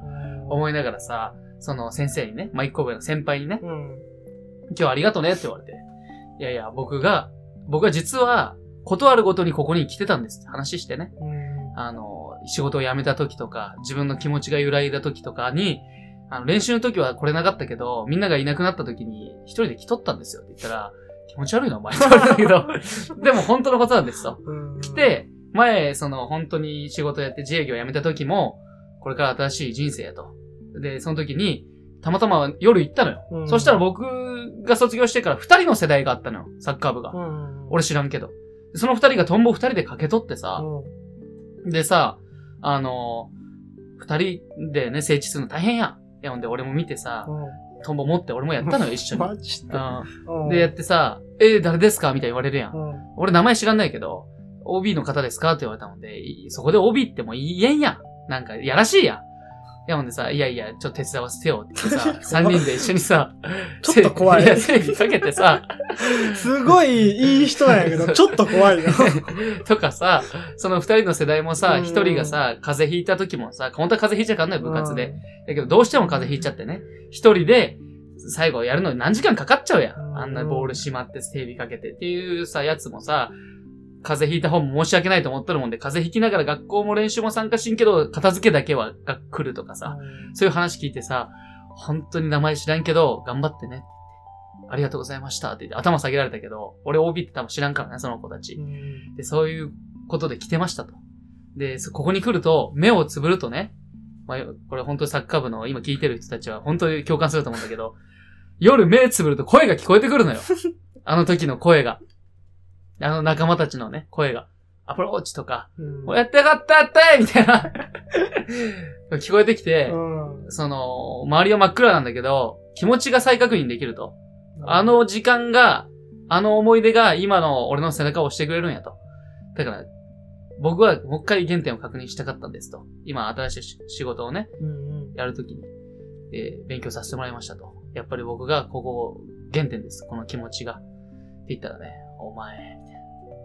思いながらさ、その先生にね、まあ、一個上の先輩にね、うん。今日はありがとねって言われて、いやいや、僕が、僕は実は、断るごとにここに来てたんですって話してね。うんあの、仕事を辞めた時とか、自分の気持ちが揺らいだ時とかに、あの、練習の時はこれなかったけど、みんながいなくなった時に、一人で来とったんですよって言ったら、気持ち悪 [laughs] いな、お前って言われたけど、でも本当のことなんですと。うん来、て、前、その、本当に仕事やって自営業辞めた時も、これから新しい人生やと。で、その時に、たまたま夜行ったのよ。うんそしたら、僕が卒業してから二人の世代があったのよ、サッカー部が。うん、俺知らんけど。その二人がトンボ二人で駆け取ってさ、うでさ、あのー二人でね、整地するの大変やん。いや、ほんで俺も見てさ、ん。トンボ持って俺もやったのよ、一緒 [laughs] に。マジで。ううんん。で、やってさ、えー誰ですかみたいに言われるや。うんん。俺名前知らんないけど、OB の方ですかって言われたので、いそこで OB ってもう言えんやん。なんか、やらしいやん。いや、ほんでさ、いやいや、ちょっと手伝わせてよって言っ [laughs] てさ、三人で一緒にさ、ちょっと [laughs] 怖いや、整備かけてさ、 [laughs] すごいいい人なんやけど、ちょっと怖いよ。とかさ、その二人の世代もさ、うん一人がさ、風邪ひいた時もさ、本当は風邪ひいちゃいかんない [laughs] 部活で。だけどどうしても風邪ひいちゃってね。一人で最後やるのに何時間かかっちゃうや。うんんあんなボールしまって整備かけてっていうさ、やつもさ、風邪ひいた方も申し訳ないと思っとるもんで、風邪ひきながら学校も練習も参加しんけど、片付けだけはが来るとかさ、そういう話聞いてさ、本当に名前知らんけど、頑張ってね。ありがとうございましたって言って頭下げられたけど、俺 OB って多分知らんからね、その子たちう。んで、そういうことで来てましたと。で、そここに来ると、目をつぶるとね、まあ、これ本当にサッカー部の今聞いてる人たちは本当に共感すると思うんだけど、夜目つぶると声が聞こえてくる [laughs] のよ。あの時の声が。あの仲間たちのね、声が。アプローチとか、うんもうやってよかったやったみたいな。 [laughs] 聞こえてきて、うんその、周りは真っ暗なんだけど、気持ちが再確認できると。あ、の時間が、あの思い出が今の俺の背中を押してくれるんやと。だから、僕はもう一回原点を確認したかったんですと。今新しいし仕事をね、うんうん。やるときに、えー勉強させてもらいましたと。やっぱり僕がここ原点です。この気持ちが。って言ったらね、お前、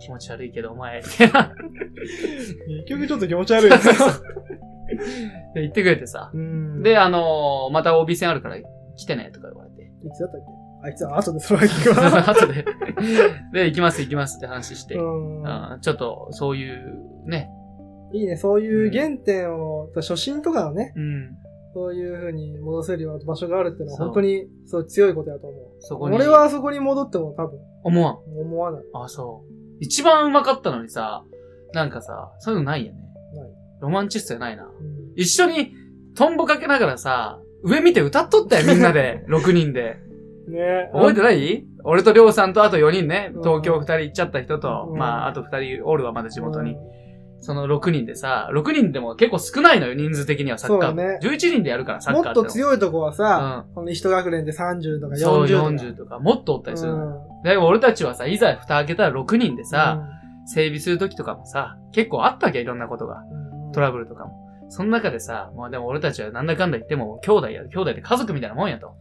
気持ち悪いけどお前、みたいな結局ちょっと気持ち悪い [laughs] です。言ってくれてさ。うんで、、あのーまた OB 戦あるから来てね、とか言わ [laughs] れて。いつだったっけあいつは後でそれは聞くそわ。 [laughs] の後で、で、行きます行きますって話して、うんうんちょっとそういうね、いいね、そういう原点を、初心とかをね、うん、そういう風に戻せるような場所があるっていうのはそう本当にそう強いことやと思う。そこに。俺はあそこに戻っても多分思わん。思わない。あ、そう。一番うまかったのにさ、なんかさ、そういうのないよね。ないロマンチストやないな。うん一緒にトンボかけながらさ、上見て歌っとったよ、みん [laughs] なで。6人で。ね覚えてない俺とりょうさんとあと4人ね。うん東京2人行っちゃった人と、うんまあ、あと2人おるわ、まだ地元に。。その6人でさ、6人でも結構少ないのよ、人数的にはサッカーそうだね11人でやるから、サッもカーっってのとは。強いとこはさ、うこの一学年で30とか40とかん。。そう、40とか、もっとおったりするのよ。でも俺たちはさ、いざ蓋開けたら6人でさ、整備する時とかもさ、結構あったわけよいろんなことが。トラブブルとかも。その中でさ、まあでも俺たちはなんだかんだ言っても、兄弟や、兄弟で家族みたいなもんやと。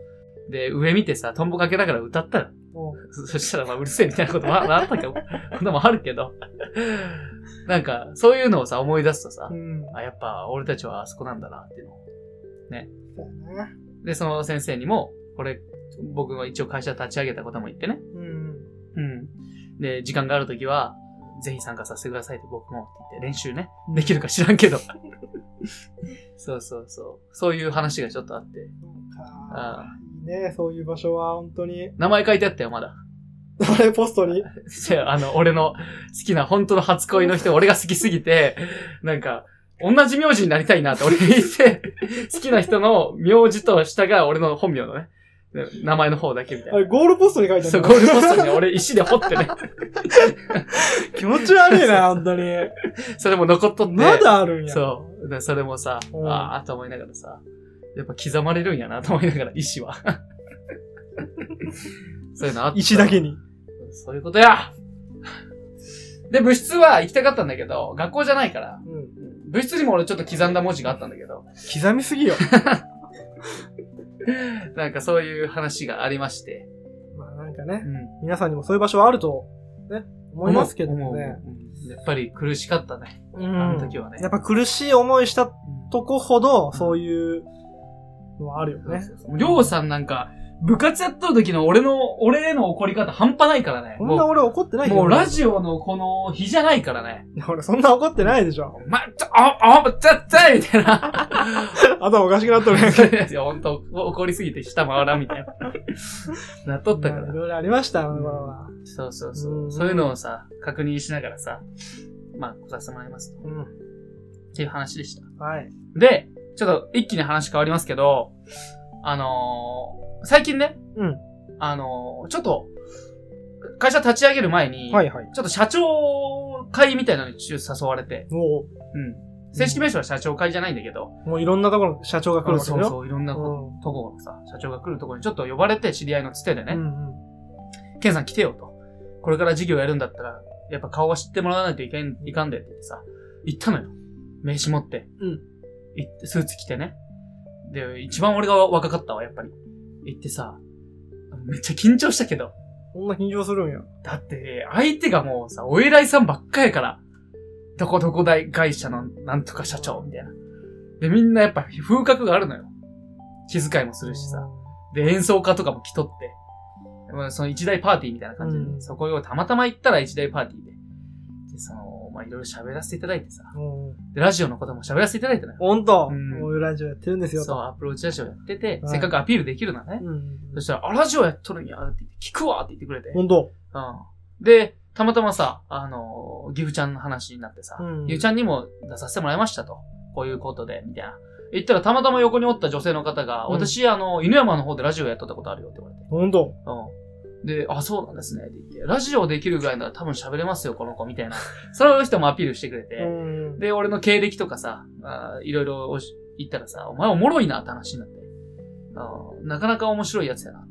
で、上見てさ、トンボかけながら歌ったら、そそしたらまあうるせえみたいなこともあ [laughs] あったけど、こんなもんあるけど。 [laughs] なんか、そういうのをさ、思い出すとさう、ん。あ、やっぱ俺たちはあそこなんだなっていうのをそうやなで、その先生にも、これ、僕が一応会社立ち上げたことも言ってね。うん。うん。で、時間があるときは、ぜひ参加させてくださいと僕もって言って、練習ね、できるか知らんけど。そうそうそう。そういう話がちょっとあって。あーいいね、そういう場所は本当に。 [laughs] 名前書いてあったよ、まだ。あれ、ポストにじゃあ、あの、俺の好きな、本当の初恋の人、俺が好きすぎて、なんか、同じ名字になりたいなって俺が言って、好きな人の名字と下が俺の本名のね、で名前の方だけみたいあな。れ、ゴールポストに書いてあそるう、ゴールポストに俺石で掘ってね、 [laughs] 気持ち悪いな、本 [laughs] 当に。それも残っとって。まだあるんや。そう。で、それもさ、うんああ、と思いながらさ、やっぱ刻まれるんやなと思いながら、[laughs] 石は。そういうのあった。石だけに。そういうことやで、部室は行きたかったんだけど、学校じゃないから、うん。部室にも俺ちょっと刻んだ文字があったんだけど、刻みす [laughs] ぎよ。なんかそういう話がありまして、まあなんかねう、ん。皆さんにもそういう場所はあると、ね、思いますけど思うね。うんやっぱり苦しかったね、うあの時ん。はね。やっぱ苦しい思いしたとこほど、んそういうのはあるよそうね。そうそうりょうさんなんか、部活やっとる時の俺の、俺への怒り方半端ないからね。こんな俺怒ってないけど。もうラジオのこの日じゃないからね。いや [laughs] 俺そんな怒ってないでしょ。ま、ちょ、あ、あ、ちゃっちゃいみたいな。頭おかしくなっとるやんいや、ほんと、怒りすぎて下回らんみたいな。なっとったかまあいら。ろいろありました、あの頃は。そうそうそうう。んそういうのをさ、確認しながらさ、まあ、来させてもらいますと。うん。っていう話でした。はい。で、ちょっと一気に話変わりますけど、あのー最近ね、うん。あのーちょっと、会社立ち上げる前に、はいはい。ちょっと社長会みたいなのに一応誘われて、もうん。正式名称は社長会じゃないんだけど、う、もういろんなところの社長が来るんですそよ。うそう、いろんなこうんとこがさ、社長が来るとこにちょっと呼ばれて、知り合いのつてでね、うんうん。ケンさん来てよと。これから事業やるんだったら、やっぱ顔は知ってもらわないといけん、いかんでって言ってさ、行ったのよ。名刺持って。うん行って、スーツ着てね。で、一番俺が若かったわ、やっぱり。行ってさ、めっちゃ緊張したけど。こんな緊張するんや。だって、相手がもうさ、お偉いさんばっかやから、どこどこ大会社のなんとか社長みたいな。で、みんなやっぱ風格があるのよ。気遣いもするしさ。で、演奏家とかも来とって。まあその一大パーティーみたいな感じで、うんそこをたまたま行ったら一大パーティーで。で、その、まあ、いろいろ喋らせていただいてさ。うん。で、ラジオのことも喋らせていただいたのよ。ほんと、うんもうラジオやってるんですよ、そう、と。アプローチラジオやってて、はいせっかくアピールできるならね。うんそ。したら、あ、ラジオやっとるんや、って言って、聞くわって言ってくれて。ほんと。うん。で、たまたまさ、あのー、ギフちゃんの話になってさ、うんギフちゃんにも出させてもらいましたと。こういうことで、みたいな。言ったらたまたま横におった女性の方が、うん私、あの、犬山の方でラジオやっとったことあるよって言われて。ほんと。うん。で、あ、そうなんですね。って言って、ラジオできるぐらいなら多分喋れますよ、この子、みたいな。 [laughs] その人もアピールしてくれうて。ん。で、俺の経歴とかさ、あーいろいろおし言ったらさ、お前おもろいなって話になって。あーなかなか面白いやつやな。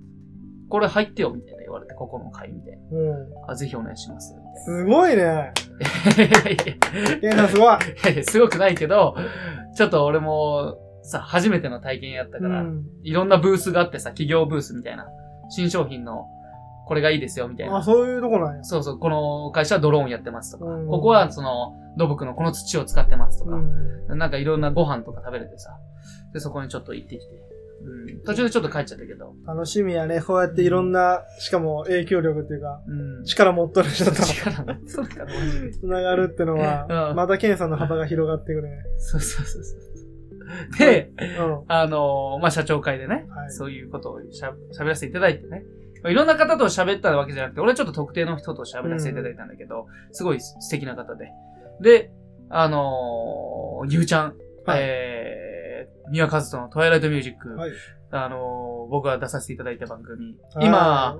これ入ってよ、みたいな言われて、ここの会みたいうん。な。あ、ぜひお願いします。みすごいね。たいないやいやケンさんすごい。いやいやすごくないけど、ちょっと俺も、さ、初めての体験やったうから、ん。いろんなブースがあってさ、企業ブースみたいな、新商品の、これがいいですよ、みたいあ、な。そういうとこなんや。そうそう、この会社はドローンやってますとか、うんここはその、土木のこの土を使ってますとかう、ん。なんかいろんなご飯とか食べれてさ、で、そこにちょっと行ってきて、うん、途中でちょっと帰っちゃったけど、楽しみやね。こうやっていろんな、しかも影響力っていうか、うん。力持っとる [laughs] 人と力の、そうだから、マジで。つながるってのは、うんまたケンさんの幅が広がってくね。そうそうそ [laughs] うそう。で、うん。あのーまあ、社長会でね、はいそういうことをしゃ喋らせていただいてね、まあいろんな方と喋ったわけじゃなくて、俺はちょっと特定の人と喋らせていただいたんだけど、すごい素敵な方で。で、あのーゆうちゃん、はいえー、宮和人のトワイライトミュージック、はい。あのー僕が出させていただいた番組、はい今、、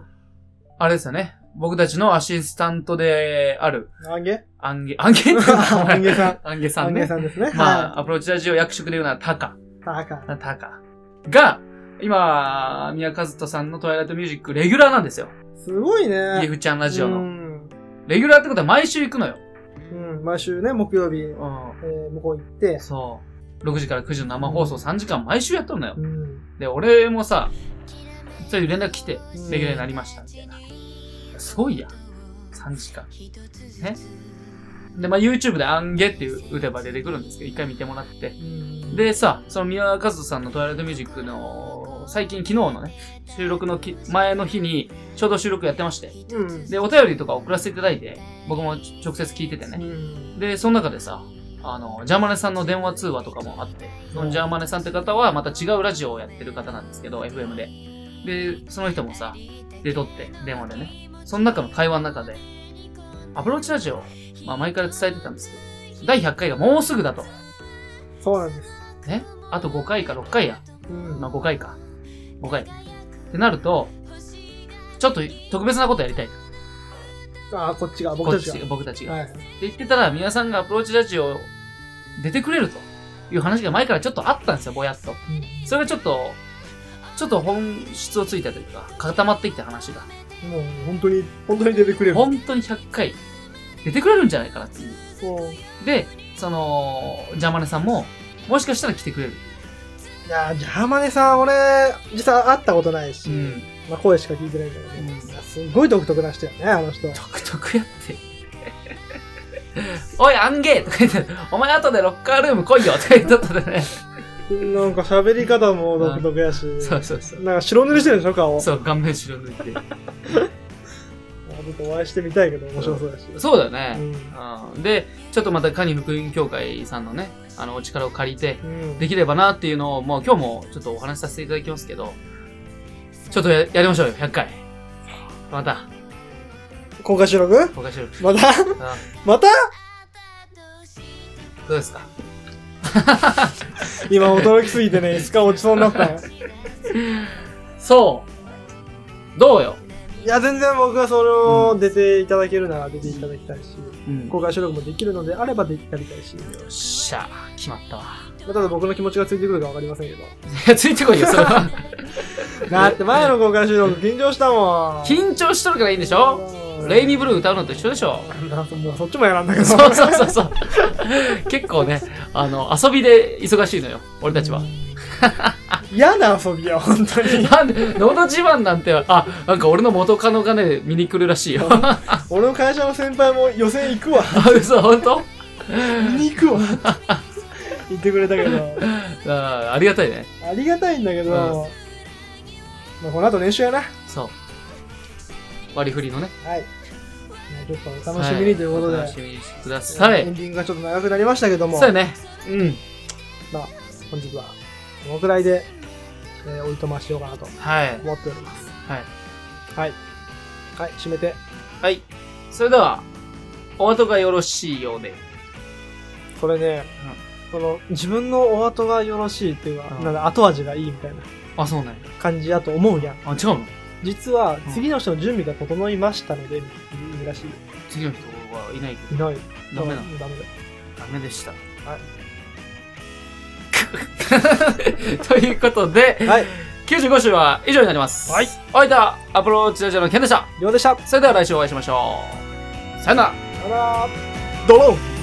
あれですよね、僕たちのアシスタントである、あげアンゲ、ア [laughs] ンゲアンゲさん。アンゲさあんげね。さんですね。まはあ、アプローチラジオ役職で言うならタカ。い。たか。タカ。が、今、宮和人さんのトワイライトミュージック、レギュラーなんですよ。すごいイエね。フちゃんラジオうの。ん。レギュラーってことは毎週行くのよ。うん。毎週ね、木曜日、えうー向こう行ってん。、そう。6時から9時の生放送3時間毎週やっとるのよう。ん。で、俺もさ、それで連絡来てう、んレギュラーになりました、みたいな。すごいやん。3時間。ね。で、まあ YouTube でアンゲっていう打てば出てくるんですけど、一回見てもらって。うん、でさ、その宮和人さんのトワイライトミュージックの最近昨日のね、収録のき前の日にちょうど収録やってまして、うん。で、お便りとか送らせていただいて、僕もち直接聞いててうね。ん。で、その中でさ、あの、ジャーマネさんの電話通話とかもあって、そのジャーマネさんって方はまた違うラジオをやってる方なんですけど、FM で。で、その人もさ、出とって、電話でね。その中の会話の中で、アプローチラジオ、まあ前から伝えてたんですけど、第100回がもうすぐだと。そうなんです。ね。あと5回か6回や。うん。まあ5回か。5回。ってなると、ちょっと特別なことやりたい。あ、こっちが、僕たちこっが。僕たちが。っはい。て言ってたら、皆さんがアプローチラジオ出てくれるという話が前からちょっとあったんですよ、ぼやっと。それがちょっと、ちょっと本質をついたというか、固まってきた話が。うんもう、本当に、本当に出てくれる。本当に100回出てくれるんじゃないかなっていう。そう。で、その、ジャマネさんも、もしかしたら来てくれる。いやー、ジャーマネさん、俺、実際会ったことないし、うん。まあ声しか聞いてないけどね。うんすごい独特な人やね、あの人。独特やって。おい、アンゲーとか言って、お前後でロッカールーム来いよとか言っとったでね。なんか喋り方も独特やし、そうそうそう。なんか白塗りしてるでしょ、顔。そう、顔面白抜いて。まあちょっとお会いしてみたいけど、面白そうだし。そうだうね。ん。うん、で、ちょっとまた、カニ福音協会さんのね、あの、お力を借りて、うん。できればなっていうのを、もう今日もちょっとお話しさせていただきますけど、ちょっとややりましょうよ、100回。また、公開収録公開収録。またうんまたどうですか今驚きすぎてね、いつか落ちそうになったんよそう。どうよ。いや、全然僕はそれを出ていただけるなら出ていただきたいし、うんよ公開収録もできるのであればできたりたいし、まっしゃ、決まったわ。あただ僕の気持ちがついてくるかわかりませんけど。いや、ついてこいよ、それは。だって前の公開収録緊張したもん。緊張しとるからいいんでしょレイニーブルー歌うのと一緒でし [laughs] ょなんかもうそっちもやらんだけど。そうそうそうそう。結構ね、あの、遊びで忙しいのよ、俺たちは。。嫌な遊びや、本当に。なんで、のど自慢なんて、あ、なんか俺の元カノがね、見に来るらしいよ。あ、俺の会社の先輩も予選行くわ。嘘、ほんと見に行くわ。言ってくれたけど。あありがたいね。ありがたいんだけど、うんまあ、この後練習やな。はそう。割り振りのね。い。まあちょっとお楽しみにということで、はお楽しみにしてくださエい。ンディングがちょっと長くなりましたけども、そうやね。うん。まあ、本日はこのくらいで、えー、おいとましようかなとはい。思っております。はい。はい。はい、締めて。はい。それでは、お後がよろしいようで。これね、この自分のお後がよろしいっていうか、うんなんだ後味がいいみたいなあ、そうね。感じやと思うやん。あ、違うの実はうん次の人の準備が整いましたので、みたいならしい。次の人はいないけいど。ない。ダメなのダメだ。ダメでした。はい [laughs] 。ということで、はい。 95週は以上になります。はい。お相手はアプローチラジオのケンでした。りょうでした。それでは来週お会いしましょう。さよなら。さよならドローン